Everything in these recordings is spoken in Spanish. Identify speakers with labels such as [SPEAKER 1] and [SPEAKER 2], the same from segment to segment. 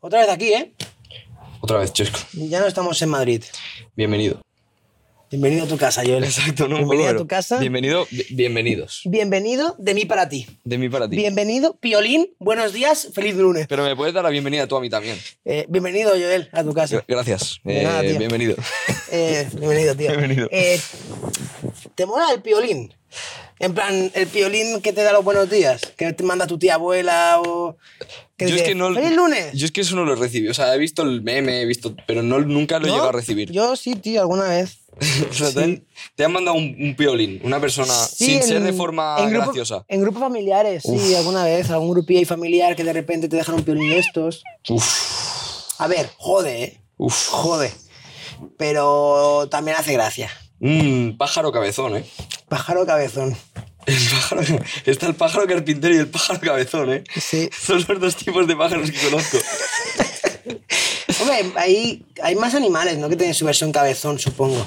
[SPEAKER 1] Otra vez aquí, ¿eh?
[SPEAKER 2] Otra vez, Chesco.
[SPEAKER 1] Ya no estamos en Madrid.
[SPEAKER 2] Bienvenido.
[SPEAKER 1] Bienvenido a tu casa, Joel.
[SPEAKER 2] Exacto, no
[SPEAKER 1] Bienvenido
[SPEAKER 2] bueno,
[SPEAKER 1] a tu casa.
[SPEAKER 2] Bienvenido, bi- bienvenidos.
[SPEAKER 1] Bienvenido de mí para ti.
[SPEAKER 2] De mí para ti.
[SPEAKER 1] Bienvenido, Piolín. Buenos días, feliz lunes.
[SPEAKER 2] Pero me puedes dar la bienvenida tú a mí también.
[SPEAKER 1] Eh, bienvenido, Joel, a tu casa.
[SPEAKER 2] Gra- Gracias.
[SPEAKER 1] De nada, tío.
[SPEAKER 2] bienvenido.
[SPEAKER 1] Eh, bienvenido, tío.
[SPEAKER 2] Bienvenido.
[SPEAKER 1] Eh, ¿Te mola el piolín? En plan, el piolín que te da los buenos días, que te manda tu tía abuela o. Que
[SPEAKER 2] Yo es
[SPEAKER 1] dice,
[SPEAKER 2] que no.
[SPEAKER 1] ¡Feliz lunes!
[SPEAKER 2] Yo es que eso no lo recibí. O sea, he visto el meme, he visto. Pero no, nunca lo he
[SPEAKER 1] ¿No?
[SPEAKER 2] llegado a recibir.
[SPEAKER 1] Yo sí, tío, alguna vez.
[SPEAKER 2] O sea, te, han, te han mandado un, un piolín, una persona
[SPEAKER 1] Sí,
[SPEAKER 2] sin
[SPEAKER 1] en-
[SPEAKER 2] ser de forma
[SPEAKER 1] en grupo-
[SPEAKER 2] graciosa.
[SPEAKER 1] En grupos familiares, sí, alguna vez. Algún grupillo ahí familiar que de repente te dejan un piolín de estos.
[SPEAKER 2] Uf,
[SPEAKER 1] A ver, jode, ¿eh?
[SPEAKER 2] uf.
[SPEAKER 1] Jode. Pero también hace gracia.
[SPEAKER 2] Un pájaro cabezón, ¿eh?
[SPEAKER 1] Pájaro cabezón.
[SPEAKER 2] El pájaro, está el pájaro carpintero y el pájaro cabezón, ¿eh?
[SPEAKER 1] Sí.
[SPEAKER 2] Son los dos tipos de pájaros que conozco.
[SPEAKER 1] Hombre, hay, hay más animales, ¿no? Que tienen su versión cabezón, supongo.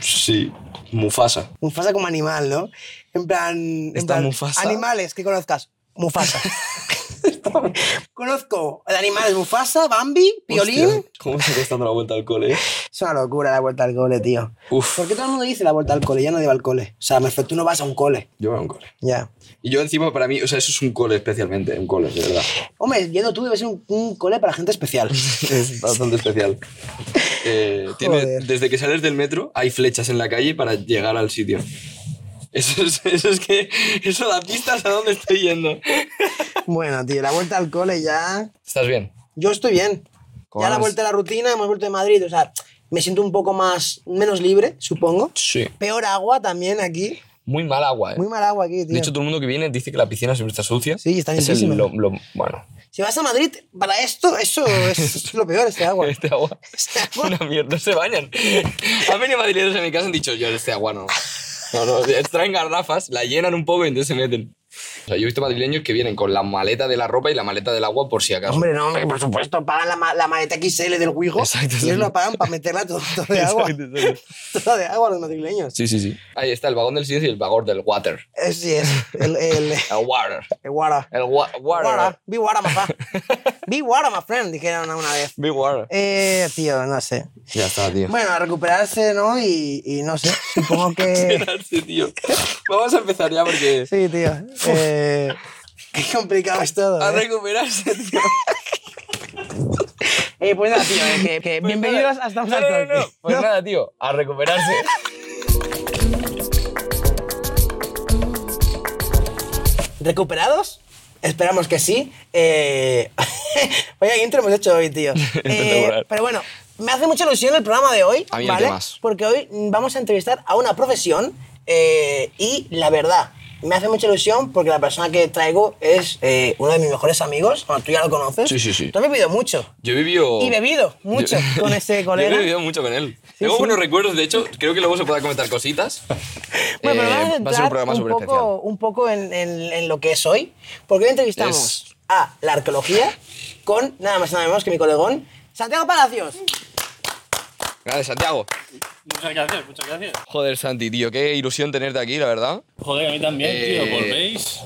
[SPEAKER 2] Sí, Mufasa.
[SPEAKER 1] Mufasa como animal, ¿no? En plan. en
[SPEAKER 2] Está
[SPEAKER 1] plan,
[SPEAKER 2] Mufasa.
[SPEAKER 1] Animales que conozcas. Mufasa. Conozco de animales Mufasa, Bambi, Piolín.
[SPEAKER 2] Hostia, ¿Cómo se te está dando la vuelta al cole? eh?
[SPEAKER 1] Es una locura la vuelta al cole, tío.
[SPEAKER 2] Uf,
[SPEAKER 1] ¿Por qué todo el mundo dice la vuelta al cole? Ya nadie va al cole. O sea, me refiero, tú no vas a un cole.
[SPEAKER 2] yo voy a un cole.
[SPEAKER 1] Ya.
[SPEAKER 2] Y yo encima, para mí, o sea, eso es un cole especialmente, un cole, de verdad.
[SPEAKER 1] Hombre, yendo tú debe ser un, un cole para gente especial.
[SPEAKER 2] Es bastante especial. Eh, tiene-
[SPEAKER 1] Joder.
[SPEAKER 2] desde que sales del metro hay flechas en la calle para llegar al sitio. Eso es, eso es que eso da pistas a dónde estoy yendo.
[SPEAKER 1] bueno, tío, la vuelta al cole ya.
[SPEAKER 2] ¿Estás bien?
[SPEAKER 1] Yo estoy bien.
[SPEAKER 2] ¿Cómo
[SPEAKER 1] Ya la
[SPEAKER 2] vas?
[SPEAKER 1] vuelta a la rutina, hemos vuelto de Madrid. O sea, me siento un poco más. menos libre, supongo.
[SPEAKER 2] Sí.
[SPEAKER 1] Peor agua también aquí.
[SPEAKER 2] Muy mal agua, eh.
[SPEAKER 1] Muy mal agua aquí, tío.
[SPEAKER 2] De hecho, todo el mundo que viene dice que la piscina siempre está sucia.
[SPEAKER 1] Sí, está
[SPEAKER 2] es el-
[SPEAKER 1] limpísima.
[SPEAKER 2] lo, lo- Bueno,
[SPEAKER 1] Si vas a Madrid para esto, eso es lo peor, este agua.
[SPEAKER 2] este agua.
[SPEAKER 1] Este agua.
[SPEAKER 2] Una mierda, no se bañan. Han venido madrileños a mi casa y han dicho, yo este agua no. No, no, traen garrafas, la llenan un poco y entonces se meten. O sea, yo he visto madrileños que vienen con la maleta de la ropa y la maleta del agua por si acaso.
[SPEAKER 1] Hombre, no, hombre, por supuesto, pagan la, ma- la maleta XL del Wigo y
[SPEAKER 2] Exacto,
[SPEAKER 1] ellos
[SPEAKER 2] exacto.
[SPEAKER 1] lo pagan para meterla todo, todo de agua.
[SPEAKER 2] Exacto, exacto.
[SPEAKER 1] Todo de agua los madrileños.
[SPEAKER 2] Sí, sí, sí. Ahí está el vagón del silencio y el vagón del water.
[SPEAKER 1] Eh, Sí, es el, el,
[SPEAKER 2] El water.
[SPEAKER 1] el Wara.
[SPEAKER 2] El wa- water.
[SPEAKER 1] Wara. Be Wara, my friend. Be Wara, my friend, dijeron una vez.
[SPEAKER 2] Big water.
[SPEAKER 1] Eh, tío, no sé.
[SPEAKER 2] Ya está, tío.
[SPEAKER 1] Bueno, a recuperarse, ¿no? Y, y no sé, supongo que...
[SPEAKER 2] Espérate, tío. Vamos a empezar ya porque...
[SPEAKER 1] Sí, tío. Eh, qué complicado es todo.
[SPEAKER 2] A
[SPEAKER 1] ¿eh?
[SPEAKER 2] recuperarse, tío.
[SPEAKER 1] Eh, pues nada, tío, eh, que, que
[SPEAKER 2] Pues
[SPEAKER 1] bienvenidos
[SPEAKER 2] nada.
[SPEAKER 1] a Estamos
[SPEAKER 2] No,
[SPEAKER 1] al
[SPEAKER 2] no, no,
[SPEAKER 1] Toque.
[SPEAKER 2] no. Pues
[SPEAKER 1] No.
[SPEAKER 2] nada, tío. A recuperarse.
[SPEAKER 1] ¿Recuperados? Esperamos que sí. Eh... Vaya intro hemos hecho hoy, tío. Eh,
[SPEAKER 2] Espectacular.
[SPEAKER 1] pero bueno, me hace mucha ilusión el programa de hoy,
[SPEAKER 2] A mí el
[SPEAKER 1] ¿vale?
[SPEAKER 2] que más.
[SPEAKER 1] Porque hoy vamos a entrevistar a una profesión eh, y la verdad, me hace mucha ilusión porque la persona que traigo es eh, uno de mis mejores amigos. Bueno, tú ya lo conoces.
[SPEAKER 2] Sí, sí, sí.
[SPEAKER 1] Tú has vivido mucho.
[SPEAKER 2] Yo he vivido...
[SPEAKER 1] Y bebido mucho
[SPEAKER 2] Yo-
[SPEAKER 1] con ese
[SPEAKER 2] Yo
[SPEAKER 1] colega.
[SPEAKER 2] he vivido mucho con él. Tengo buenos recuerdos, de hecho, creo que luego se pueda comentar cositas.
[SPEAKER 1] Bueno, pero
[SPEAKER 2] Eh,
[SPEAKER 1] vamos a
[SPEAKER 2] va a ser un
[SPEAKER 1] entrar
[SPEAKER 2] programa
[SPEAKER 1] un,
[SPEAKER 2] súper especial.
[SPEAKER 1] poco, un poco en, en- en lo que es hoy, porque hoy entrevistamos a la arqueología con nada más y nada menos que mi colegón Santiago Palacios.
[SPEAKER 2] Gracias, Santiago.
[SPEAKER 3] Muchas gracias, muchas gracias.
[SPEAKER 2] Joder, Santi, tío, qué ilusión tenerte aquí, la verdad.
[SPEAKER 3] Joder, a mí también,
[SPEAKER 2] Eh,
[SPEAKER 3] tío. Volvéis.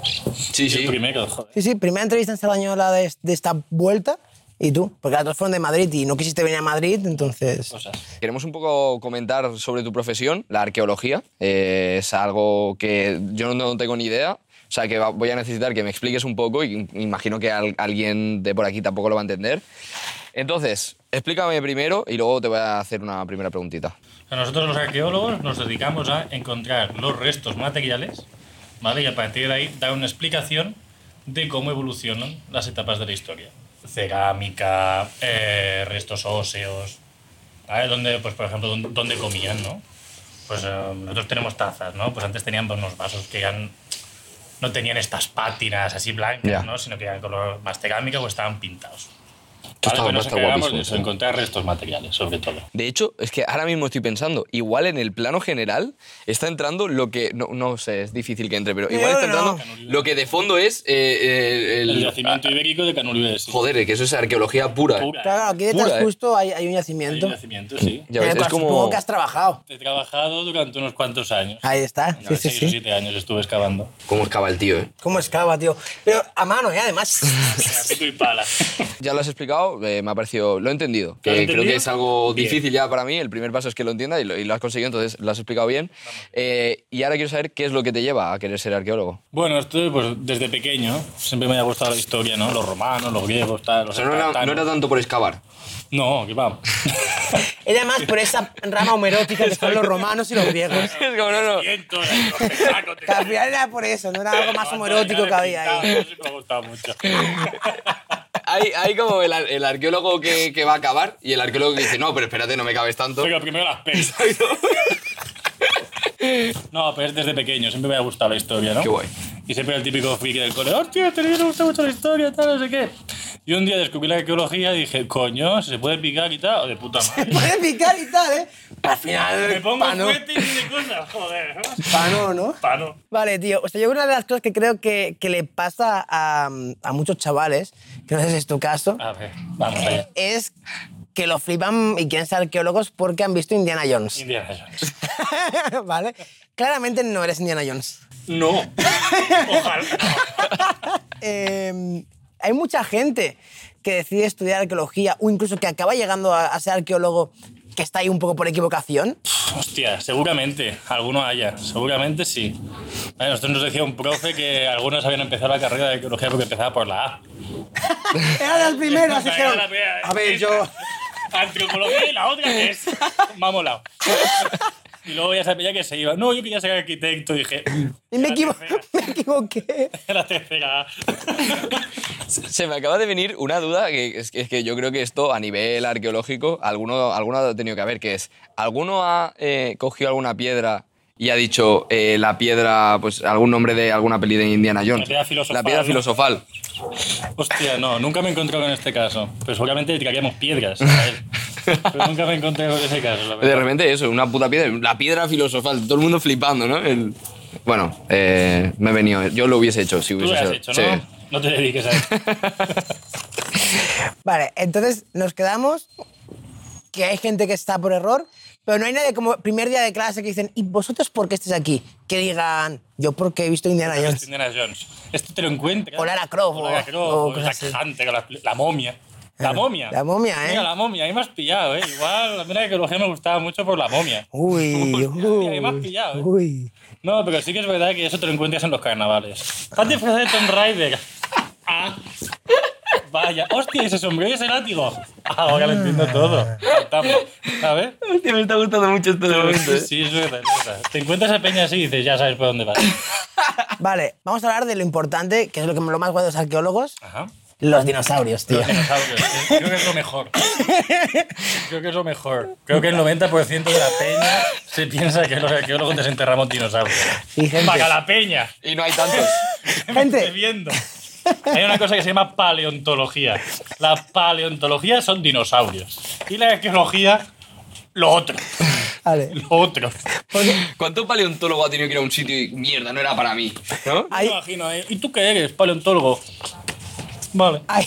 [SPEAKER 2] Sí,
[SPEAKER 3] Yo
[SPEAKER 2] sí.
[SPEAKER 3] Primero, joder.
[SPEAKER 1] Sí, sí, primera entrevista en Sardañola de, de esta vuelta. ¿Y tú? Porque las dos fueron de Madrid y no quisiste venir a Madrid, entonces...
[SPEAKER 3] Cosas.
[SPEAKER 2] Queremos un poco comentar sobre tu profesión, la arqueología. Eh, es algo que yo no tengo ni idea. O sea, que va- voy a necesitar que me expliques un poco y me imagino que al- alguien de por aquí tampoco lo va a entender. Entonces, explícame primero y luego te voy a hacer una primera preguntita.
[SPEAKER 3] O sea, Nosotros los arqueólogos nos dedicamos a encontrar los restos materiales, ¿vale? Y a partir de ahí dar una explicación de cómo evolucionan las etapas de la historia. Cerámica, eh, restos óseos, ¿vale? Donde, pues, por ejemplo, dónde, dónde comían, ¿no? Pues eh, nosotros tenemos tazas, ¿no? Pues antes tenían unos vasos que eran no tenían estas pátinas así blancas,
[SPEAKER 2] Ya.
[SPEAKER 3] ¿no? sino que eran color más cerámica o estaban pintados.
[SPEAKER 2] Esto está-
[SPEAKER 3] Vale, pues nos
[SPEAKER 2] está
[SPEAKER 3] encargamos
[SPEAKER 2] guapísimo,
[SPEAKER 3] de eso,
[SPEAKER 2] sí.
[SPEAKER 3] encontrar restos materiales, sobre todo.
[SPEAKER 2] De hecho, es que ahora mismo estoy pensando, igual en el plano general está entrando lo que, no, no sé, es difícil que entre, pero igual
[SPEAKER 1] Yo
[SPEAKER 2] está entrando
[SPEAKER 3] no.
[SPEAKER 2] lo que de fondo es eh, eh,
[SPEAKER 3] El,
[SPEAKER 2] el...
[SPEAKER 3] yacimiento ibérico de Canurides. sí.
[SPEAKER 2] Joder, eh, que eso es arqueología pura. ¿eh?
[SPEAKER 3] Pura,
[SPEAKER 1] Claro,
[SPEAKER 3] ¿eh?
[SPEAKER 1] aquí detrás
[SPEAKER 2] Pura, ¿eh?
[SPEAKER 1] justo hay, hay un
[SPEAKER 3] Hay
[SPEAKER 1] yacimiento.
[SPEAKER 3] un yacimiento, sí.
[SPEAKER 2] Ya ves,
[SPEAKER 1] En el
[SPEAKER 2] es
[SPEAKER 1] cual Supongo
[SPEAKER 2] como...
[SPEAKER 1] que has trabajado.
[SPEAKER 3] He trabajado durante unos cuantos años.
[SPEAKER 1] Ahí está, Ah, sí, sí,
[SPEAKER 3] 6 o
[SPEAKER 1] sí.
[SPEAKER 3] 7 años estuve excavando.
[SPEAKER 2] Como excava el tío, ¿eh?
[SPEAKER 1] ¿Cómo excava, tío? Pero a mano, ¿eh? Además...
[SPEAKER 3] A pico y pala.
[SPEAKER 2] Ya lo has explicado, eh, me ha parecido, lo he entendido.
[SPEAKER 3] ¿Lo has
[SPEAKER 2] Que creo
[SPEAKER 3] entendido?
[SPEAKER 2] que es algo
[SPEAKER 3] Bien.
[SPEAKER 2] difícil ya para mí. El primer paso es que lo entienda y lo, y lo has conseguido, entonces lo has explicado bien. Eh, y ahora quiero saber qué es lo que te lleva a querer ser arqueólogo.
[SPEAKER 3] Bueno, esto pues desde pequeño siempre me ha gustado la historia, ¿no? Los romanos, los griegos, tal, los
[SPEAKER 2] O sea, no era, no
[SPEAKER 3] espartanos.
[SPEAKER 2] era tanto por excavar.
[SPEAKER 3] No, que vamos.
[SPEAKER 1] Era más por esa rama homerótica que son los romanos y los griegos.
[SPEAKER 2] es como, no, no.
[SPEAKER 1] Que al final era por eso, no era algo más homerótico que había ahí.
[SPEAKER 3] me ha gustado mucho.
[SPEAKER 2] Hay, hay como el, ar- el arqueólogo que, que va a acabar y el arqueólogo que dice, no, pero espérate, no me cabes tanto.
[SPEAKER 3] Oiga, primero las pelis. No, pero es desde pequeño, siempre me ha gustado la historia, ¿no?
[SPEAKER 2] Qué guay.
[SPEAKER 3] Y siempre era el típico friki del cole, hostia, te me gusta mucho la historia, tal, no sé qué. Y un día descubrí la arqueología y dije, coño, si se puede picar y tal, o de puta madre.
[SPEAKER 1] Puede picar y tal, ¿eh? Al final.
[SPEAKER 3] me pongo
[SPEAKER 1] pa' no,
[SPEAKER 3] fuerte y de cosas, joder. ¿no?
[SPEAKER 1] pa' no, ¿no?
[SPEAKER 3] Pa' no.
[SPEAKER 1] Vale, tío. O sea, yo creo que una de las cosas que creo que, que le pasa a, a muchos chavales, que no sé si es tu caso,
[SPEAKER 3] A ver, vamos allá.
[SPEAKER 1] es que lo flipan y quieren ser arqueólogos porque han visto Indiana Jones.
[SPEAKER 3] Indiana Jones.
[SPEAKER 1] ¿Vale? Claramente no eres Indiana Jones.
[SPEAKER 3] No. Ojalá.
[SPEAKER 1] Eh, hay mucha gente que decide estudiar arqueología o incluso que acaba llegando a, a ser arqueólogo que está ahí un poco por equivocación.
[SPEAKER 3] Hostia, seguramente, alguno haya, seguramente sí. Vale, nosotros nos decía un profe que algunos habían empezado la carrera de arqueología porque empezaba por la A.
[SPEAKER 1] Era de las primeras,
[SPEAKER 3] Venga,
[SPEAKER 1] dijeron.
[SPEAKER 3] la primera.
[SPEAKER 1] A ver, yo.
[SPEAKER 3] Antropología y la otra que es. Me ha molado. Y luego ya sabía que se iba. No, yo quería ser arquitecto, dije.
[SPEAKER 1] Y me,
[SPEAKER 3] La
[SPEAKER 1] equivo-
[SPEAKER 3] tercera.
[SPEAKER 1] me equivoqué.
[SPEAKER 3] La tercera. A.
[SPEAKER 2] Se me acaba de venir una duda que es, que es que yo creo que esto a nivel arqueológico alguno, alguno ha tenido que haber, que es, ¿alguno ha eh, cogido alguna piedra y ha dicho eh, la piedra, pues algún nombre de alguna peli de Indiana Jones?
[SPEAKER 3] La piedra filosofal,
[SPEAKER 2] La piedra
[SPEAKER 3] ¿no?
[SPEAKER 2] filosofal.
[SPEAKER 3] Hostia, no, nunca me he encontrado con este caso. Pero seguramente le tiraríamos piedras a él. Pero nunca me encontré con ese caso, la
[SPEAKER 2] De
[SPEAKER 3] verdad.
[SPEAKER 2] repente eso, una puta piedra, la piedra filosofal, todo el mundo flipando, ¿no? El- Bueno, eh, me he venido, yo lo hubiese hecho si
[SPEAKER 3] Tú lo
[SPEAKER 2] hubiese
[SPEAKER 3] has
[SPEAKER 2] sido-
[SPEAKER 3] hecho,
[SPEAKER 2] sí.
[SPEAKER 3] ¿no? No te dediques a eso.
[SPEAKER 1] Vale, entonces nos quedamos que hay gente que está por error, pero no hay nadie como primer día de clase que dicen, ¿y vosotros por qué estáis aquí? Que digan, yo porque he visto Indiana Jones.
[SPEAKER 3] Indiana Jones. Esto te lo encuentras.
[SPEAKER 1] O Lara Croft,
[SPEAKER 3] O Lara
[SPEAKER 1] o-
[SPEAKER 3] Croft,
[SPEAKER 1] o
[SPEAKER 3] o
[SPEAKER 1] Oh, cosas
[SPEAKER 3] Jack
[SPEAKER 1] así.
[SPEAKER 3] Hunter, con pues la, la momia. La momia.
[SPEAKER 1] La momia, ¿eh?
[SPEAKER 3] Mira, la momia, ahí me has pillado, ¿eh? Igual, mira que lo que me gustaba mucho por la momia.
[SPEAKER 1] Uy,
[SPEAKER 3] Hostia, que me has
[SPEAKER 1] uy,
[SPEAKER 3] pillado, eh.
[SPEAKER 1] uy.
[SPEAKER 3] No, pero sí que es verdad que eso te lo encuentras en los carnavales. Estás disfrazado de Tomb Raider. Ah. Vaya, hostia, ese sombrero y ese látigo. Ahora lo entiendo todo. Estamos, ¿Sabes?
[SPEAKER 2] Hostia, me está gustando mucho este momento. ¿eh?
[SPEAKER 3] Sí, es verdad, es verdad. Te encuentras a Peña así y dices, ya sabes por dónde vas.
[SPEAKER 1] Vale, vamos a hablar de lo importante, que es lo que lo más guay de los arqueólogos,
[SPEAKER 3] Ajá.
[SPEAKER 1] los dinosaurios, tío.
[SPEAKER 3] Los dinosaurios. ¿eh? Creo que es lo mejor. Creo que es lo mejor. Creo que el 90% de la peña se piensa que los arqueólogos desenterramos dinosaurios.
[SPEAKER 1] Y gente.
[SPEAKER 3] Paga la peña.
[SPEAKER 2] Y no hay tantos.
[SPEAKER 3] Me estoy
[SPEAKER 1] Gente.
[SPEAKER 3] viendo. Hay una cosa que se llama paleontología. La paleontología son dinosaurios. Y la arqueología, lo otro.
[SPEAKER 1] Vale.
[SPEAKER 3] Lo otro.
[SPEAKER 1] Pues,
[SPEAKER 2] ¿Cuánto paleontólogo ha tenido que ir a un sitio y mierda, no era para mí? ¿No?
[SPEAKER 1] Hay-
[SPEAKER 3] Me imagino, ¿eh? ¿y tú qué eres, paleontólogo? Vale.
[SPEAKER 1] Hay,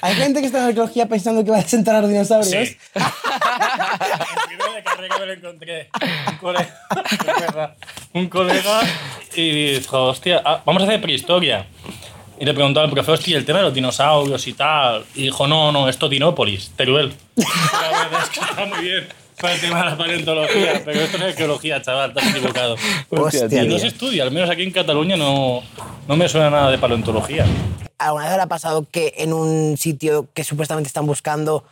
[SPEAKER 1] hay gente que está en arqueología pensando que va a desenterrar dinosaurios.
[SPEAKER 3] Sí. El primero de carrera me lo encontré. Un colega. es verdad, Un colega y dijo, hostia, ah, vamos a hacer prehistoria. Y le preguntó al profe, hostia, el tema de los dinosaurios y tal. Y dijo, no, no, esto es Dinópolis, Teruel. La verdad es que está muy bien para el tema de la paleontología, pero esto es arqueología, chaval, estás equivocado.
[SPEAKER 1] Hostia,
[SPEAKER 3] Y no
[SPEAKER 1] tío.
[SPEAKER 3] se estudia, al menos aquí en Cataluña no, no me suena nada de paleontología.
[SPEAKER 1] ¿Alguna vez habrá pasado que en un sitio que supuestamente están buscando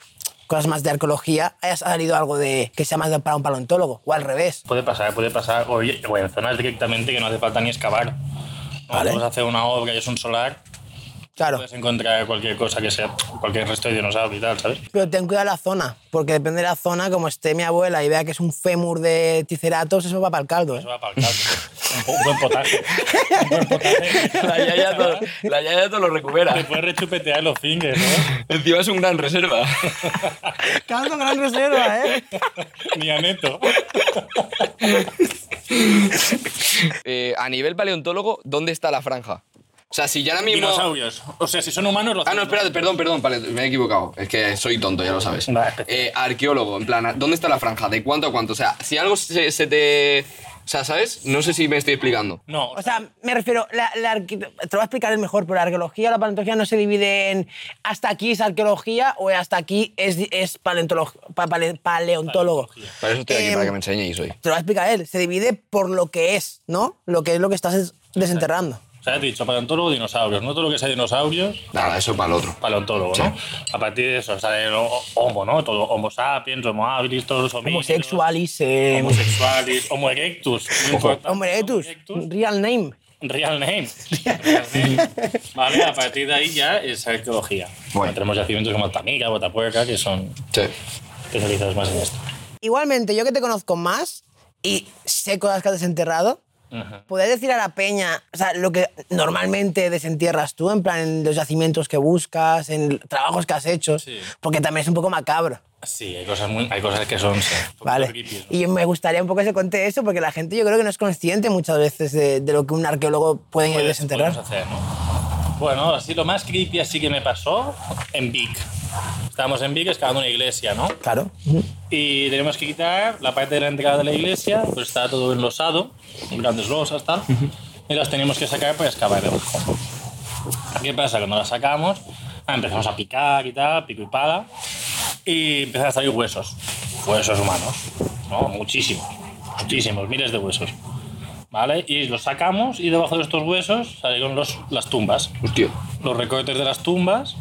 [SPEAKER 1] cosas más de arqueología haya salido algo de que sea más de- para un paleontólogo? O al revés.
[SPEAKER 3] Puede pasar, puede pasar. O, y- o en zonas directamente que no hace falta ni excavar.
[SPEAKER 1] Vale.
[SPEAKER 3] Vamos a hacer una obra y es un solar,
[SPEAKER 1] Claro.
[SPEAKER 3] puedes encontrar cualquier cosa que sea, cualquier resto de dinosaurio y tal, ¿sabes?
[SPEAKER 1] Pero ten cuidado la zona, porque depende de la zona, como esté mi abuela y vea que es un fémur de Triceratops, eso va para el caldo. ¿eh?
[SPEAKER 3] Eso va para el caldo. Un po- Un buen potaje. Un buen potaje.
[SPEAKER 2] La yaya todo, la yaya todo lo
[SPEAKER 3] Te
[SPEAKER 2] recupera.
[SPEAKER 3] puedes rechupetear los fingers, ¿no?
[SPEAKER 2] Encima es un gran reserva.
[SPEAKER 1] Caldo gran reserva, ¿eh?
[SPEAKER 3] Ni a neto.
[SPEAKER 2] Eh, a nivel paleontólogo, ¿dónde está la franja? O sea, si ya ahora mismo.
[SPEAKER 3] Dinosaurios. O sea, si son humanos, los.
[SPEAKER 2] Ah, no, espérate, perdón, perdón, pale- me he equivocado. Es que soy tonto, ya lo sabes.
[SPEAKER 3] Vale.
[SPEAKER 2] Eh, arqueólogo, en plan, ¿dónde está la franja? ¿De cuánto a cuánto? O sea, si algo se, se te. O sea, ¿sabes? No sé si me estoy explicando.
[SPEAKER 3] No,
[SPEAKER 1] O sea, me refiero, la, la arque- te lo voy a explicar el mejor, pero la arqueología o la paleontología no se divide en hasta aquí es arqueología o hasta aquí es, es paleontolog- pa- pale- paleontólogo.
[SPEAKER 2] Para eso estoy aquí,
[SPEAKER 1] Em,
[SPEAKER 2] para que me enseñéis hoy.
[SPEAKER 1] Te lo va a explicar él, se divide por lo que es, ¿no? Lo que es lo que estás des- desenterrando.
[SPEAKER 3] o sea, ya te he dicho, paleontólogo, dinosaurios. No todo lo que sea dinosaurios,
[SPEAKER 2] Nada, eso para el otro.
[SPEAKER 3] paleontólogo, ¿no? A partir de eso sale lo homo, ¿no? Todo homo sapiens, homo habilis, todos los homínidos,
[SPEAKER 1] Homosexualis,
[SPEAKER 3] Homosexuales, homo erectus. muy importante,
[SPEAKER 1] hombre, Etus,
[SPEAKER 3] homo erectus.
[SPEAKER 1] real name.
[SPEAKER 3] Real name. Real name. vale, a partir de ahí ya es arqueología.
[SPEAKER 2] Bueno.
[SPEAKER 3] Tenemos yacimientos como Altamira, Botapuerca, que son
[SPEAKER 2] Sí.
[SPEAKER 3] especializados más en esto.
[SPEAKER 1] Igualmente, yo que te conozco más y sé cosas que has desenterrado, ¿podés decir a la peña, o sea, lo que normalmente desentierras tú, en plan, en los yacimientos que buscas, en trabajos que has hecho?
[SPEAKER 3] Sí.
[SPEAKER 1] Porque también es un poco macabro,
[SPEAKER 3] Sí, hay cosas, muy, hay cosas que son. sí, un poquito
[SPEAKER 1] ¿vale?
[SPEAKER 3] creepy, ¿no?
[SPEAKER 1] Y me gustaría un poco que se conté eso, porque la gente yo creo que no es consciente muchas veces de, de lo que un arqueólogo puede
[SPEAKER 3] Puedes-
[SPEAKER 1] desenterrar.
[SPEAKER 3] puedes hacer, ¿no? Bueno, así lo más creepy así que me pasó en Vic. Estábamos en Vic excavando una iglesia, ¿no?
[SPEAKER 1] Claro. Ujú.
[SPEAKER 3] Y tenemos que quitar la parte de la entrada de la iglesia, pues está todo enlosado, con grandes losas, tal. Y las teníamos que sacar para excavar debajo. ¿Qué pasa? Cuando las sacamos, ah, empezamos a picar y tal, pico y pala, y empiezan a salir huesos. Huesos humanos, ¿no? Muchísimos, muchísimos, miles de huesos. ¿Vale? Y los sacamos y debajo de estos huesos salieron los, las tumbas
[SPEAKER 2] Hostia.
[SPEAKER 3] los recortes de las tumbas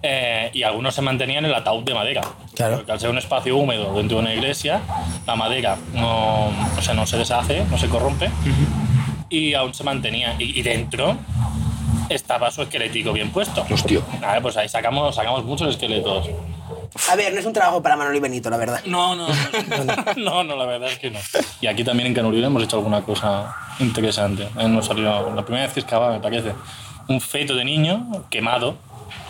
[SPEAKER 3] eh, y algunos se mantenían en el ataúd de madera.
[SPEAKER 1] Claro.
[SPEAKER 3] Porque al ser un espacio húmedo dentro de una iglesia, la madera no, o sea, no se deshace, no se corrompe y aún se mantenía. Y, y dentro estaba su esquelético bien puesto.
[SPEAKER 2] Hostia.
[SPEAKER 3] Vale, pues ahí sacamos, sacamos muchos esqueletos.
[SPEAKER 1] A ver, no es un trabajo para Manolo y Benito, la verdad.
[SPEAKER 3] No, no, no. no, no, la verdad es que no. Y aquí también en Canurión hemos hecho alguna cosa interesante. Eh, Nos salió, la primera vez que excavaba, me parece, un feto de niño quemado.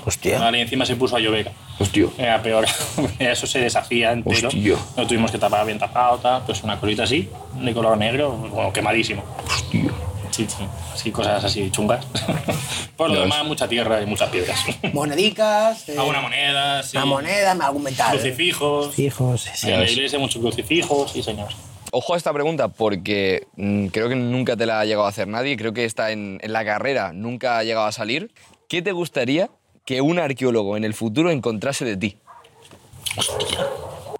[SPEAKER 1] Hostia.
[SPEAKER 3] Vale, y encima se puso a llover.
[SPEAKER 2] Hostia.
[SPEAKER 3] Era peor. Eso se deshacía entero.
[SPEAKER 2] Hostia.
[SPEAKER 3] Lo tuvimos que tapar bien tapado, tal. Pues una cosita así, de color negro, bueno, quemadísimo.
[SPEAKER 2] Hostia.
[SPEAKER 3] Sí, sí. Sí, cosas así chungas. Por
[SPEAKER 2] Ya
[SPEAKER 3] lo
[SPEAKER 2] ves.
[SPEAKER 3] demás, mucha tierra y muchas piedras.
[SPEAKER 1] Monedicas. eh,
[SPEAKER 3] Alguna moneda, Ah, sí.
[SPEAKER 1] Una moneda, algún metal.
[SPEAKER 3] Crucifijos.
[SPEAKER 1] Hijos, sí, sí.
[SPEAKER 3] En la iglesia, muchos crucifijos, sí, señor.
[SPEAKER 2] Ojo a esta pregunta porque mm, creo que nunca te la ha llegado a hacer nadie, creo que está en, en la carrera, nunca ha llegado a salir. ¿Qué te gustaría que un arqueólogo en el futuro encontrase de ti?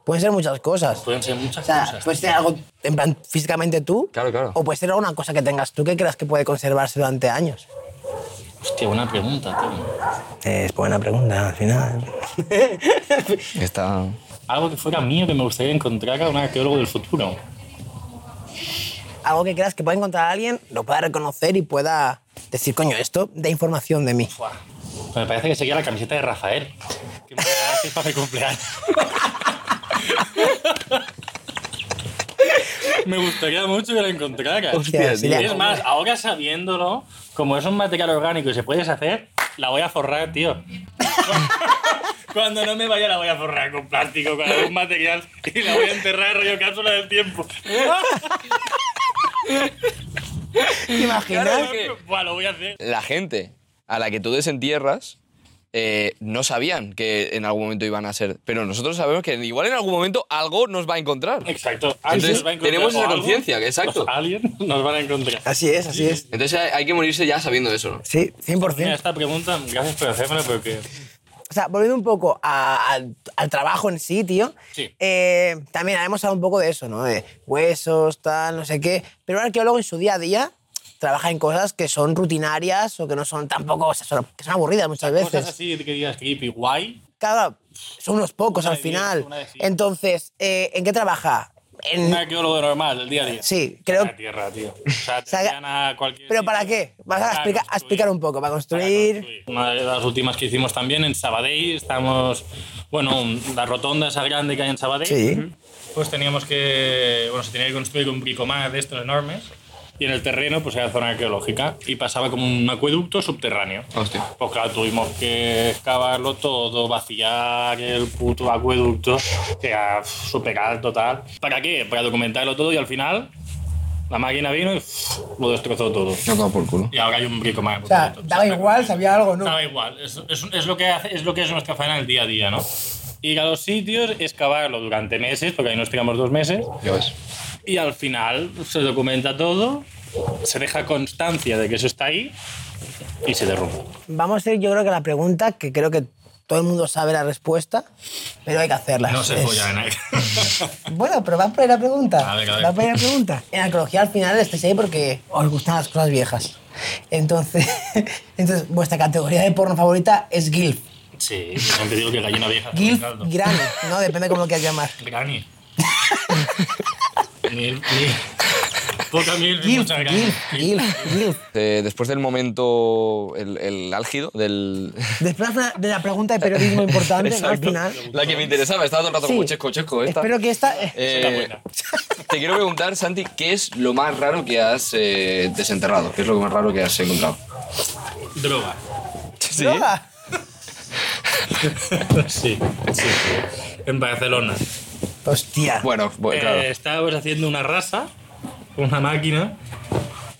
[SPEAKER 1] Pueden ser muchas cosas.
[SPEAKER 3] Pueden ser muchas
[SPEAKER 1] O sea, pues-
[SPEAKER 3] cosas.
[SPEAKER 1] puede ser algo, en plan, físicamente tú.
[SPEAKER 2] Claro, claro.
[SPEAKER 1] O puede ser alguna cosa que tengas tú que creas que puede conservarse durante años.
[SPEAKER 3] Hostia, buena pregunta, tío.
[SPEAKER 1] Es buena pregunta, al final.
[SPEAKER 2] Está...
[SPEAKER 3] Algo que fuera mío que me gustaría encontrar a un arqueólogo del futuro.
[SPEAKER 1] Algo que creas que pueda encontrar alguien, lo pueda reconocer y pueda decir, coño, esto da información de mí.
[SPEAKER 3] Buah. Pues Me parece que sería la camiseta de Rafael. Que me hace para mi cumpleaños. me gustaría mucho que la encontrara.
[SPEAKER 1] Hostia, sí,
[SPEAKER 3] es
[SPEAKER 1] la-
[SPEAKER 3] más, ahora sabiéndolo, como es un material orgánico y se puede deshacer, la voy a forrar, tío. Cuando no me vaya la voy a forrar con plástico, con algún material y la voy a enterrar rollo cápsula del tiempo.
[SPEAKER 1] ¿Te imaginas?
[SPEAKER 2] Claro, que-
[SPEAKER 3] Buah, lo voy a hacer.
[SPEAKER 2] La gente a la que tú desentierras eh, no sabían que en algún momento iban a ser, pero nosotros sabemos que igual en algún momento algo nos va a encontrar.
[SPEAKER 3] Exacto.
[SPEAKER 2] Entonces,
[SPEAKER 3] Alguien nos va a encontrar,
[SPEAKER 2] tenemos
[SPEAKER 3] o
[SPEAKER 2] esa
[SPEAKER 3] algo,
[SPEAKER 2] conciencia, exacto.
[SPEAKER 3] Alguien nos van a encontrar.
[SPEAKER 1] Así es, así es.
[SPEAKER 2] Entonces hay hay que morirse ya sabiendo eso. ¿no?
[SPEAKER 1] Sí,
[SPEAKER 3] Mira,
[SPEAKER 1] 100%.
[SPEAKER 3] esta pregunta, gracias por hacérmela porque
[SPEAKER 1] O sea, volviendo un poco a- al, al trabajo en sí, tío.
[SPEAKER 3] Sí.
[SPEAKER 1] eh, también hemos hablado un poco de eso, ¿no? De huesos, tal, no sé qué. Pero un arqueólogo en su día a día trabaja en cosas que son rutinarias o que no son tampoco, o sea, son- que son aburridas muchas veces.
[SPEAKER 3] cosas así que digas creepy, guay.
[SPEAKER 1] Claro, son unos pocos
[SPEAKER 3] Una
[SPEAKER 1] al
[SPEAKER 3] de diez,
[SPEAKER 1] final.
[SPEAKER 3] una de cinco.
[SPEAKER 1] Entonces, eh, ¿en qué trabaja? En-
[SPEAKER 3] Un arqueólogo normal, el día a día.
[SPEAKER 1] Mm. sí, creo.
[SPEAKER 3] La tierra, tío. O sea, te
[SPEAKER 1] sea,
[SPEAKER 3] envían a cualquier
[SPEAKER 1] ¿Pero
[SPEAKER 3] sitio
[SPEAKER 1] para qué? Vas a,
[SPEAKER 3] para
[SPEAKER 1] explica- a
[SPEAKER 3] construir,
[SPEAKER 1] explicar un poco, para
[SPEAKER 3] para
[SPEAKER 1] construir.
[SPEAKER 3] construir. Una de las últimas que hicimos también en Sabadell, estamos, bueno, un- la rotonda esa grande que hay en Sabadell.
[SPEAKER 1] Sí.
[SPEAKER 3] Pues teníamos que, bueno, se tenía que construir un bricomar de estos enormes. Y en el terreno, pues era zona arqueológica y pasaba como un acueducto subterráneo.
[SPEAKER 2] Hostia.
[SPEAKER 3] Pues claro, tuvimos que excavarlo todo, vaciar el puto acueducto, que era súper alto, tal. ¿Para qué? Para documentarlo todo y al final la máquina vino y pff, lo destrozó todo.
[SPEAKER 2] No, no, por culo.
[SPEAKER 3] Y ahora hay un brico más.
[SPEAKER 1] O sea, daba igual, sabía algo, ¿no?
[SPEAKER 3] Daba igual, es, es, es lo que hace, es lo que es nuestra faena en el día a día, ¿no? Ir a los sitios, excavarlo durante meses, porque ahí nos tiramos dos meses,
[SPEAKER 2] Ya ves.
[SPEAKER 3] Y al final se documenta todo, se deja constancia de que eso está ahí y se derrumba.
[SPEAKER 1] Vamos a hacer, yo creo que la pregunta, que creo que todo el mundo sabe la respuesta, pero hay que hacerla.
[SPEAKER 3] No se ¿eh?
[SPEAKER 1] Es-
[SPEAKER 3] folla a nadie.
[SPEAKER 1] Bueno, pero va por ahí la pregunta.
[SPEAKER 3] A ver, a ver.
[SPEAKER 1] Va por ahí la pregunta. En arqueología al final estáis ahí porque os gustan las cosas viejas. Entonces, entonces vuestra categoría de porno favorita es GILF.
[SPEAKER 3] sí, yo siempre digo que gallina vieja. hace buen
[SPEAKER 1] GILF
[SPEAKER 3] caldo.
[SPEAKER 1] grano, ¿no? Depende cómo lo quieras llamar.
[SPEAKER 3] Granny. Mil, mil. Poca mil y
[SPEAKER 1] GILF,
[SPEAKER 3] mucha granny.
[SPEAKER 1] GILF, GILF, GILF.
[SPEAKER 2] Eh, después del momento, el, el álgido del...
[SPEAKER 1] Después de la pregunta de periodismo importante, ¿no? al
[SPEAKER 2] Exacto.
[SPEAKER 1] final.
[SPEAKER 2] La que me interesaba, estaba todo el rato
[SPEAKER 1] Sí.
[SPEAKER 2] como chesco, chesco. Esta.
[SPEAKER 1] Espero que esta...
[SPEAKER 2] Eh,
[SPEAKER 3] Está buena.
[SPEAKER 2] te quiero preguntar, Santi, ¿qué es lo más raro que has eh, desenterrado? ¿Qué es lo más raro que has encontrado?
[SPEAKER 3] Droga.
[SPEAKER 2] Sí.
[SPEAKER 1] Droga.
[SPEAKER 3] Sí, sí. En Barcelona.
[SPEAKER 1] Hostia.
[SPEAKER 2] Bueno, bueno, Pues
[SPEAKER 3] Eh,
[SPEAKER 2] claro.
[SPEAKER 3] estábamos haciendo una rasa, una máquina,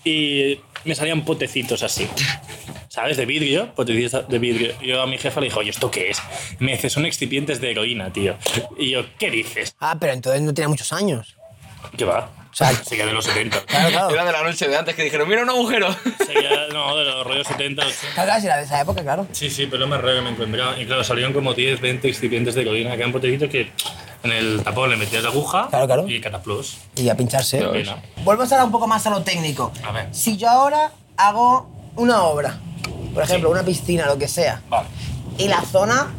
[SPEAKER 3] y me salían potecitos así. ¿Sabes? De vidrio, potecitos de vidrio. Yo a mi jefa le dije, oye, ¿esto qué es? Y me dice, son excipientes de heroína, tío. Y yo, ¿qué dices?
[SPEAKER 1] Ah, pero entonces no tenía muchos años.
[SPEAKER 3] ¿Qué va?
[SPEAKER 1] sea,
[SPEAKER 3] Sería de los 70.
[SPEAKER 1] Claro, claro.
[SPEAKER 2] Era de la noche de antes que dijeron, mira un agujero.
[SPEAKER 3] Sería, no, de los rollos 70, 80.
[SPEAKER 1] Claro, claro, si era de esa época, claro.
[SPEAKER 3] Sí, sí, pero lo más raro que me he encontrado. Y claro, salieron como 10, 20 excipientes de colina, que eran potecitos que en el tapón le metías la aguja
[SPEAKER 1] Claro, claro.
[SPEAKER 3] y cataplos.
[SPEAKER 1] Y a pincharse.
[SPEAKER 2] Pero-
[SPEAKER 3] Heroína.
[SPEAKER 1] Volvemos ahora un poco más a lo técnico.
[SPEAKER 3] A ver.
[SPEAKER 1] Si yo ahora hago una obra, por ejemplo, una piscina, lo que sea,
[SPEAKER 3] Vale.
[SPEAKER 1] y la zona,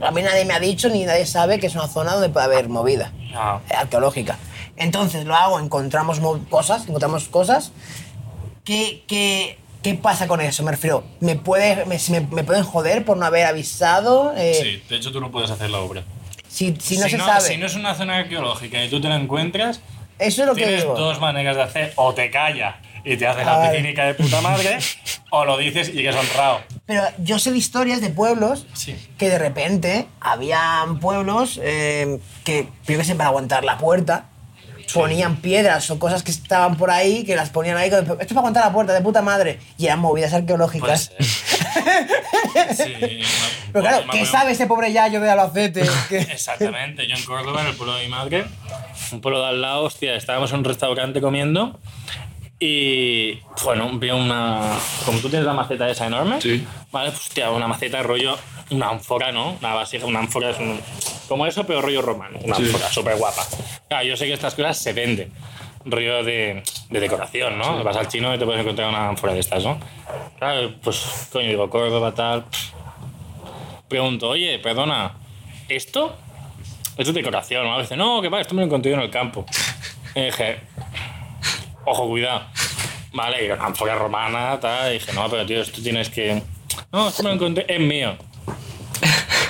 [SPEAKER 1] a mí nadie me ha dicho ni nadie sabe que es una zona donde puede haber movida
[SPEAKER 3] Ah.
[SPEAKER 1] eh, arqueológica. Entonces lo hago, encontramos mo- cosas, encontramos cosas. ¿Qué, qué, qué pasa con eso? Me refiero, ¿me, puede, me, si me- me pueden joder por no haber avisado? Eh,
[SPEAKER 3] Sí, de hecho tú no puedes hacer la obra.
[SPEAKER 1] si, si no se sabe.
[SPEAKER 3] Si no es una zona arqueológica y tú te la encuentras,
[SPEAKER 1] eso es lo que
[SPEAKER 3] tienes
[SPEAKER 1] digo.
[SPEAKER 3] dos maneras de hacer. O te calla y te haces
[SPEAKER 1] Ah,
[SPEAKER 3] la
[SPEAKER 1] vale.
[SPEAKER 3] piscínica de puta madre, o lo dices y llegas honrado.
[SPEAKER 1] Pero yo sé de historias de pueblos
[SPEAKER 3] Sí.
[SPEAKER 1] que de repente habían pueblos eh, que, yo qué sé, para aguantar la puerta, ponían piedras o cosas que estaban por ahí, que las ponían ahí, como, esto es para aguantar la puerta, de puta madre, y eran movidas
[SPEAKER 3] Puede
[SPEAKER 1] arqueológicas.
[SPEAKER 3] ser. Sí, no,
[SPEAKER 1] Pero
[SPEAKER 3] bueno,
[SPEAKER 1] claro,
[SPEAKER 3] me
[SPEAKER 1] ¿qué
[SPEAKER 3] acuerdo-
[SPEAKER 1] sabe ese pobre Yayo de Albacete? Que-
[SPEAKER 3] Exactamente, yo en Córdoba, en el pueblo de mi madre, un pueblo de al lado, hostia, estábamos en un restaurante comiendo y, bueno, vi una... Como tú tienes la maceta esa enorme,
[SPEAKER 2] Sí.
[SPEAKER 3] ¿vale? Pues, hostia, una maceta rollo, una ánfora, ¿no? Una vasija, una ánfora es un- como eso, pero rollo romano, una ánfora súper guapa. Claro, yo sé que estas cosas se venden, rollo de, de decoración, ¿no? Vas al chino y te puedes encontrar una ánfora de estas, ¿no? Claro, pues, coño, digo, Córdoba, tal... Pregunto, oye, perdona, ¿esto? Esto es decoración, ¿no? A veces, no, que va, esto me lo encontré yo en el campo. Y dije, ojo, cuidado. Vale, y la ánfora romana, tal. Y dije, no, pero tío, esto tienes que. No, esto me lo encontré, es mío.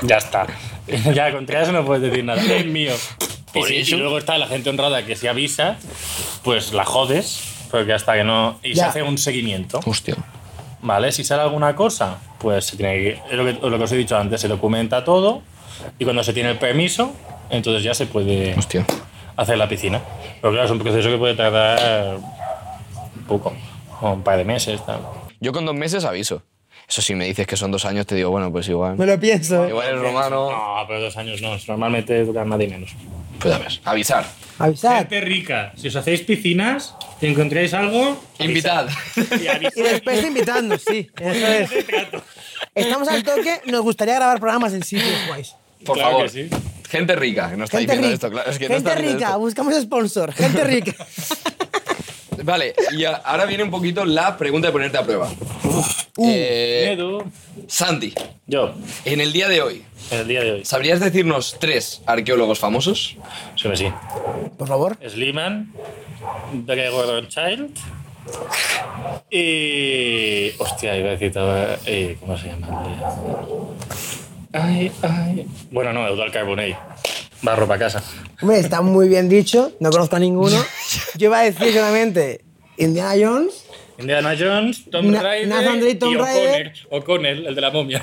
[SPEAKER 3] ya está. ya, contra eso no puedes decir nada, es mío. Y,
[SPEAKER 2] Por
[SPEAKER 3] sí, y
[SPEAKER 2] eso-
[SPEAKER 3] luego está la gente honrada que si avisa, pues la jodes, porque hasta que no. Y se
[SPEAKER 1] Ya.
[SPEAKER 3] hace un seguimiento.
[SPEAKER 2] Hostia.
[SPEAKER 3] ¿Vale? Si sale alguna cosa, pues se tiene que, es lo que, lo que os he dicho antes, se documenta todo y cuando se tiene el permiso, entonces ya se puede
[SPEAKER 2] Hostia.
[SPEAKER 3] hacer la piscina. Pero claro, es un proceso que puede tardar un poco, o un par de meses. Tal.
[SPEAKER 2] Yo con dos meses aviso. Eso sí, me dices que son dos años, te digo, bueno, pues igual.
[SPEAKER 1] Me lo pienso.
[SPEAKER 2] Igual el romano.
[SPEAKER 3] No, pero dos años no, normalmente duran más y menos.
[SPEAKER 2] Pues a ver, avisar.
[SPEAKER 1] Avisad.
[SPEAKER 3] Gente rica, si os hacéis piscinas, si encontráis algo,
[SPEAKER 2] Invitad.
[SPEAKER 3] y
[SPEAKER 1] Y después invitando, sí. Eso es. Estamos al toque, nos gustaría grabar programas en sitios guays.
[SPEAKER 2] Por
[SPEAKER 3] Claro
[SPEAKER 2] favor.
[SPEAKER 3] que sí.
[SPEAKER 2] Gente rica, que no está
[SPEAKER 1] Gente
[SPEAKER 2] diciendo
[SPEAKER 1] rica,
[SPEAKER 2] esto, claro. Es que no
[SPEAKER 1] gente
[SPEAKER 2] está diciendo
[SPEAKER 1] rica,
[SPEAKER 2] esto.
[SPEAKER 1] buscamos sponsor, gente rica.
[SPEAKER 2] Vale, y a- ahora viene un poquito la pregunta de ponerte a prueba. Eh,
[SPEAKER 3] Miedo.
[SPEAKER 2] Santi,
[SPEAKER 3] Yo,
[SPEAKER 2] en el día de hoy,
[SPEAKER 3] en el día de hoy,
[SPEAKER 2] ¿sabrías decirnos tres arqueólogos famosos?
[SPEAKER 3] sí, sí.
[SPEAKER 1] Por favor.
[SPEAKER 3] Sliman, Gregor Child y. Hostia, iba a decir. estaba- eh, ¿Cómo se llama? Ay, ay. Bueno, no, Eudal Carbonell. Barro para casa.
[SPEAKER 1] Hombre, está muy bien dicho, no conozco a ninguno. Yo iba a decir solamente Indiana Jones.
[SPEAKER 3] Indiana Jones, Tom
[SPEAKER 1] Na-
[SPEAKER 3] Raider
[SPEAKER 1] Nathan Drake, Tom
[SPEAKER 3] y O'Connell,
[SPEAKER 1] Raider.
[SPEAKER 3] O'Connell, el de la momia.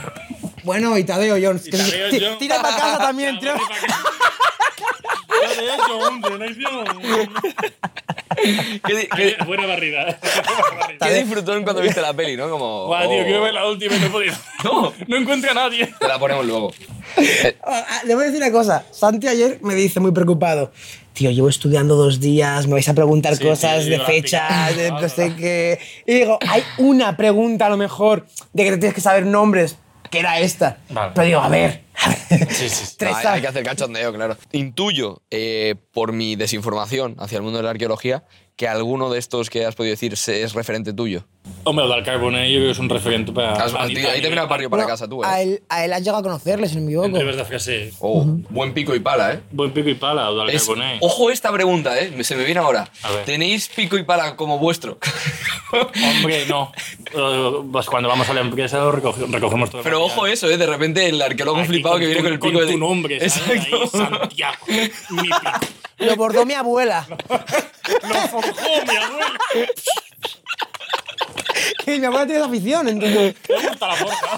[SPEAKER 1] Bueno, y Tadeo Jones.
[SPEAKER 3] Y
[SPEAKER 1] que-
[SPEAKER 3] Tadeo
[SPEAKER 1] ti-
[SPEAKER 3] Jones.
[SPEAKER 1] Tira para casa también,
[SPEAKER 3] Ya,
[SPEAKER 1] tira.
[SPEAKER 3] vete pa' acá. Ya, de hecho, hombre, no hay tío.
[SPEAKER 2] ¿Qué, qué,
[SPEAKER 3] Buena barrida.
[SPEAKER 2] qué disfrutó cuando viste la peli, no? Como,
[SPEAKER 3] Guau, tío,
[SPEAKER 2] oh,
[SPEAKER 3] quiero ver la última y no he podido.
[SPEAKER 2] No.
[SPEAKER 3] no encuentro a nadie.
[SPEAKER 2] Te la ponemos luego.
[SPEAKER 1] Ah, ah, Debo decir una cosa. Santi ayer me dice muy preocupado. Tío, llevo estudiando dos días, me vais a preguntar
[SPEAKER 3] Sí,
[SPEAKER 1] cosas
[SPEAKER 3] sí,
[SPEAKER 1] de
[SPEAKER 3] la
[SPEAKER 1] fecha,
[SPEAKER 3] típica.
[SPEAKER 1] de
[SPEAKER 3] No,
[SPEAKER 1] no,
[SPEAKER 3] no,
[SPEAKER 1] sé
[SPEAKER 3] no.
[SPEAKER 1] qué. Y digo, hay una pregunta a lo mejor de que te tienes que saber nombres, que era esta.
[SPEAKER 3] Vale.
[SPEAKER 1] Pero digo, a ver. a ver.
[SPEAKER 3] Sí, sí, sí.
[SPEAKER 1] Tres
[SPEAKER 2] No, hay,
[SPEAKER 1] sab-
[SPEAKER 2] hay que hacer cachondeo, claro. Intuyo, eh, por mi desinformación hacia el mundo de la arqueología, que alguno de estos que has podido decir se- es referente tuyo.
[SPEAKER 3] Hombre, Dal Carbone yo creo que es un referente para...
[SPEAKER 2] Has-
[SPEAKER 3] Ah, a-
[SPEAKER 2] has-
[SPEAKER 3] a-
[SPEAKER 2] ahí te viene barrio para
[SPEAKER 1] Bueno,
[SPEAKER 2] casa tú,
[SPEAKER 1] A
[SPEAKER 2] ¿eh?
[SPEAKER 1] él, a él has llegado a conocerle, si no me equivoco.
[SPEAKER 3] Entre verdad, frase,
[SPEAKER 2] Oh, buen pico y pala, ¿eh?
[SPEAKER 3] buen pico y pala o Dal
[SPEAKER 2] Es-
[SPEAKER 3] Carbone.
[SPEAKER 2] ojo esta pregunta, ¿eh? Se me viene ahora.
[SPEAKER 3] A ver.
[SPEAKER 2] ¿Tenéis pico y pala como vuestro?
[SPEAKER 3] Hombre, no. Eh, Pues cuando vamos a la empresa lo recoge- recogemos todo. el
[SPEAKER 2] Pero ojo
[SPEAKER 3] material.
[SPEAKER 2] eso, ¿eh? De repente el arqueólogo
[SPEAKER 3] Aquí
[SPEAKER 2] flipado que viene
[SPEAKER 3] tu-
[SPEAKER 2] con el pico
[SPEAKER 3] con
[SPEAKER 2] de...
[SPEAKER 3] tu nombre, ¿sabes? Ahí,
[SPEAKER 2] Exacto.
[SPEAKER 3] Santiago. Mi pico.
[SPEAKER 1] Lo bordó mi abuela.
[SPEAKER 3] Lo forjó mi abuelo.
[SPEAKER 1] y mi abuela tiene esa afición, entonces.
[SPEAKER 3] Me gusta la forja.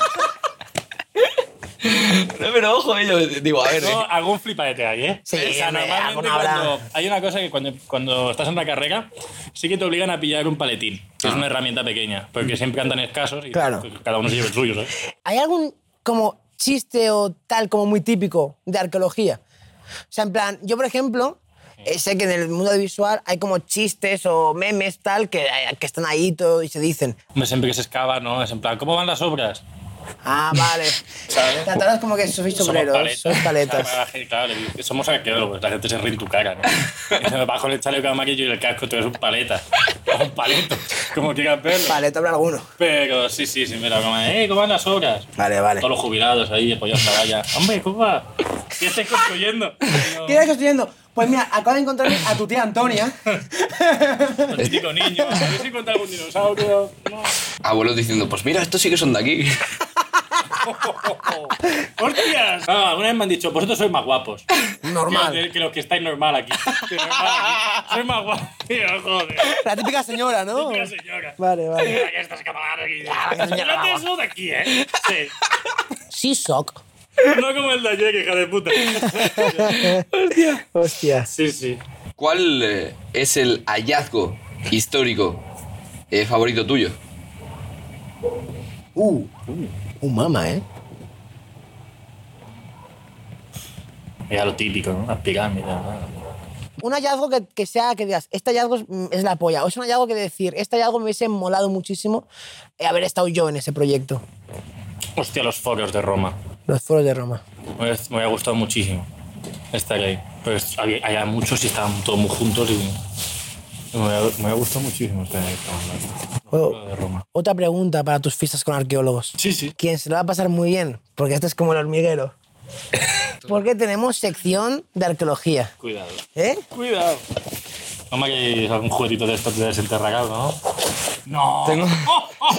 [SPEAKER 2] No, pero ojo, eh, yo digo, a ver...
[SPEAKER 3] No, algún flipadete hay, ¿eh?
[SPEAKER 1] Sí,
[SPEAKER 3] O sea,
[SPEAKER 1] hombre,
[SPEAKER 3] normalmente
[SPEAKER 1] alguno habrá.
[SPEAKER 3] cuando- hay una cosa que cuando, cuando estás en la carrera sí que te obligan a pillar un paletín, que
[SPEAKER 2] Ah.
[SPEAKER 3] es una herramienta pequeña, porque siempre andan escasos y pues,
[SPEAKER 1] Claro.
[SPEAKER 3] cada uno se lleva el suyo, ¿sabes?
[SPEAKER 1] ¿Hay algún como chiste o tal como muy típico de arqueología? O sea, en plan, yo por ejemplo, eh, sé que en el mundo visual hay como chistes o memes tal que, eh, que están ahí todo y se dicen,
[SPEAKER 3] Hombre, Siempre que se excava, ¿no? Es en plan, ¿cómo van las obras?
[SPEAKER 1] ah, vale.
[SPEAKER 3] ¿Sabes?
[SPEAKER 1] Tratados como que sois obreros, sois paletas.
[SPEAKER 3] O sea, claro, le digo, somos arqueólogos, la gente se ríe en tu cara, ¿no? Bajo el chaleco amarillo y el casco, tú eres un paleta. O un paleto, como quieras verlo.
[SPEAKER 1] Paleta habrá alguno.
[SPEAKER 3] Pero sí, sí, sí, mira, como, eh, ¿cómo van las obras?
[SPEAKER 1] Vale, vale.
[SPEAKER 3] Todos los jubilados ahí apoyando la valla. Hombre, ¿cómo va? ¿Qué estáis construyendo?
[SPEAKER 1] ¿Qué era que estoy yendo? Pues mira, acabo de encontrarme a tu tía Antonia.
[SPEAKER 3] Un típico niño. ¿Habéis encontrado algún dinosaurio? No.
[SPEAKER 2] Abuelos diciendo, pues mira, estos sí que son de aquí.
[SPEAKER 3] ¡Hostias! Ah, una vez me han dicho, vosotros sois más guapos.
[SPEAKER 1] Normal.
[SPEAKER 3] Que, que los que estáis normal aquí. Que normal aquí. Sois más guapos. Tío, joder.
[SPEAKER 1] La típica señora, ¿no?
[SPEAKER 3] Típica señora.
[SPEAKER 1] Vale, vale.
[SPEAKER 3] Mira, que estás catalana aquí.
[SPEAKER 1] que señora
[SPEAKER 3] No te
[SPEAKER 1] guapa.
[SPEAKER 3] suda aquí, ¿eh? Sí.
[SPEAKER 1] Sí, soc.
[SPEAKER 3] No como el de ayer, que hija de puta.
[SPEAKER 1] Hostias.
[SPEAKER 3] Sí, sí.
[SPEAKER 2] ¿Cuál eh, es el hallazgo histórico eh, favorito tuyo?
[SPEAKER 1] Uh, uh, mama, ¿eh?
[SPEAKER 3] Mira lo típico, ¿no? Las pirámides. ¿no?
[SPEAKER 1] un hallazgo que, que sea que digas, este hallazgo es, mm, es la polla, o es un hallazgo que decir, este hallazgo me hubiese molado muchísimo eh, haber estado yo en ese proyecto,
[SPEAKER 3] Hostia, los foros de Roma.
[SPEAKER 1] los foros de Roma.
[SPEAKER 3] Me hubiera- me hubiera gustado muchísimo estar ahí. Pues había, había muchos y estaban todos muy juntos y. Me hubiera, me hubiera gustado muchísimo estar ahí.
[SPEAKER 1] Bueno,
[SPEAKER 3] De Roma.
[SPEAKER 1] otra pregunta para tus fiestas con arqueólogos.
[SPEAKER 3] Sí, sí.
[SPEAKER 1] Quien se lo va a pasar muy bien, porque este es como el hormiguero. Porque tenemos sección de arqueología.
[SPEAKER 3] Cuidado.
[SPEAKER 1] ¿Eh?
[SPEAKER 3] Cuidado. Mamá, que algún juguetito de estos de desenterragado, ¿no? No.
[SPEAKER 2] Tengo-
[SPEAKER 3] ¡Oh, oh!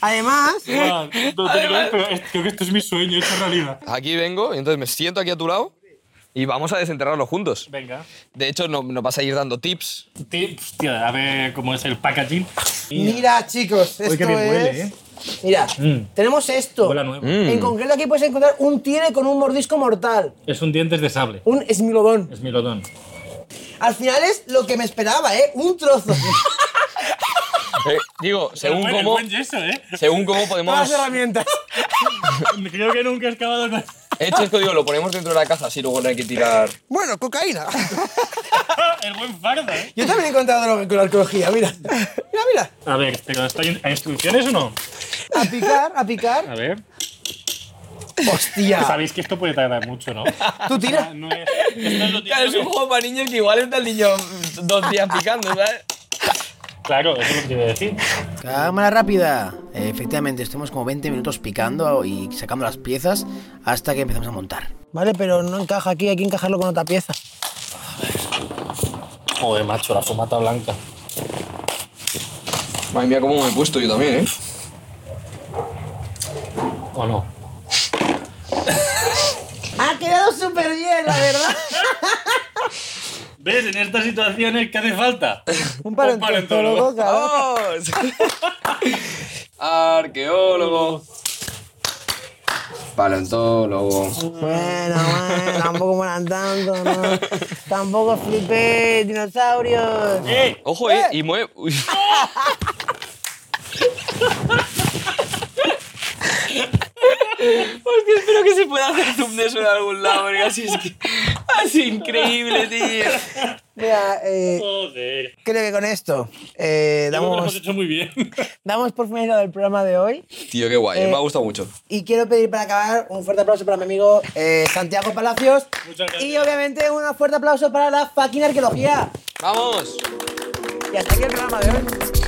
[SPEAKER 1] Además,
[SPEAKER 3] Ah, no te creas, pero es- creo que esto es mi sueño, hecho realidad.
[SPEAKER 2] Aquí vengo, y entonces me siento aquí a tu lado y vamos a desenterrarlo juntos.
[SPEAKER 3] Venga.
[SPEAKER 2] De hecho, no- nos vas a ir dando tips.
[SPEAKER 3] Tips, tío, a ver cómo es el packaging.
[SPEAKER 1] mira chicos, esto
[SPEAKER 3] Uy, qué bien huele,
[SPEAKER 1] es...
[SPEAKER 3] ¿eh?
[SPEAKER 1] Mira,
[SPEAKER 3] Mm.
[SPEAKER 1] tenemos esto.
[SPEAKER 3] Huele a nuevo.
[SPEAKER 1] En concreto aquí puedes encontrar un tiene con un mordisco mortal,
[SPEAKER 3] Es un dientes de sable.
[SPEAKER 1] un esmilodón.
[SPEAKER 3] Es milodón.
[SPEAKER 1] Al final es lo que me esperaba, ¿eh? Un trozo.
[SPEAKER 2] Eh, digo, según
[SPEAKER 3] Bueno,
[SPEAKER 2] cómo,
[SPEAKER 3] buen yeso, ¿eh?
[SPEAKER 2] según cómo podemos...
[SPEAKER 1] herramientas.
[SPEAKER 3] Creo que nunca he excavado nada.
[SPEAKER 2] Esto es que digo, lo ponemos dentro de la caja, así luego no hay que tirar...
[SPEAKER 1] Bueno, cocaína.
[SPEAKER 3] El buen fardo, ¿eh?
[SPEAKER 1] Yo también he encontrado droga con la arqueología, mira. Mira, mira.
[SPEAKER 3] A ver, ¿pero estoy a instrucciones o no?
[SPEAKER 1] A picar, a picar. Pues
[SPEAKER 3] A ver.
[SPEAKER 1] Hostia.
[SPEAKER 3] Sabéis que esto puede tardar mucho, ¿no?
[SPEAKER 1] Tú tira.
[SPEAKER 3] No es. Esto es lo típico
[SPEAKER 2] Claro, es un
[SPEAKER 3] que-
[SPEAKER 2] juego para niños que igual está el niño dos días picando, ¿sabes?
[SPEAKER 3] Claro, eso es lo que te iba a decir.
[SPEAKER 4] Cámara rápida. Efectivamente, estuvimos como 20 minutos picando y sacando las piezas hasta que empezamos a montar.
[SPEAKER 1] Vale, pero no encaja aquí, hay que encajarlo con otra pieza.
[SPEAKER 3] Joder, macho, la fumata blanca.
[SPEAKER 2] Madre mía, cómo me he puesto yo también, ¿eh?
[SPEAKER 3] ¿O no?
[SPEAKER 1] Ha quedado súper bien, la verdad.
[SPEAKER 3] ¿Ves? En estas situaciones, ¿qué hace falta?
[SPEAKER 1] Un
[SPEAKER 3] parentólogo.
[SPEAKER 1] parentólogo, cabrón.
[SPEAKER 2] ¡Vamos! Arqueólogo. paleontólogo.
[SPEAKER 1] Bueno, bueno, tampoco molan tanto, ¿no? Tampoco flipé, dinosaurios.
[SPEAKER 3] ¡Eh!
[SPEAKER 2] Ojo, eh, y mueve. Uy. Hostia, espero que se pueda hacer zoom de eso en algún lado, porque así es que. Así increíble, tío.
[SPEAKER 1] Mira, eh,
[SPEAKER 3] Joder.
[SPEAKER 1] creo que con esto eh,
[SPEAKER 3] Creo que Lo hemos
[SPEAKER 1] damos,
[SPEAKER 3] hecho muy bien.
[SPEAKER 1] damos por finalizado el programa de hoy.
[SPEAKER 2] Tío, qué guay,
[SPEAKER 1] Eh,
[SPEAKER 2] me ha gustado mucho.
[SPEAKER 1] Y quiero pedir para acabar un fuerte aplauso para mi amigo eh, Santiago Palacios.
[SPEAKER 3] Muchas gracias.
[SPEAKER 1] Y obviamente un fuerte aplauso para la fucking arqueología.
[SPEAKER 2] ¡Vamos!
[SPEAKER 1] Y hasta aquí el programa de hoy.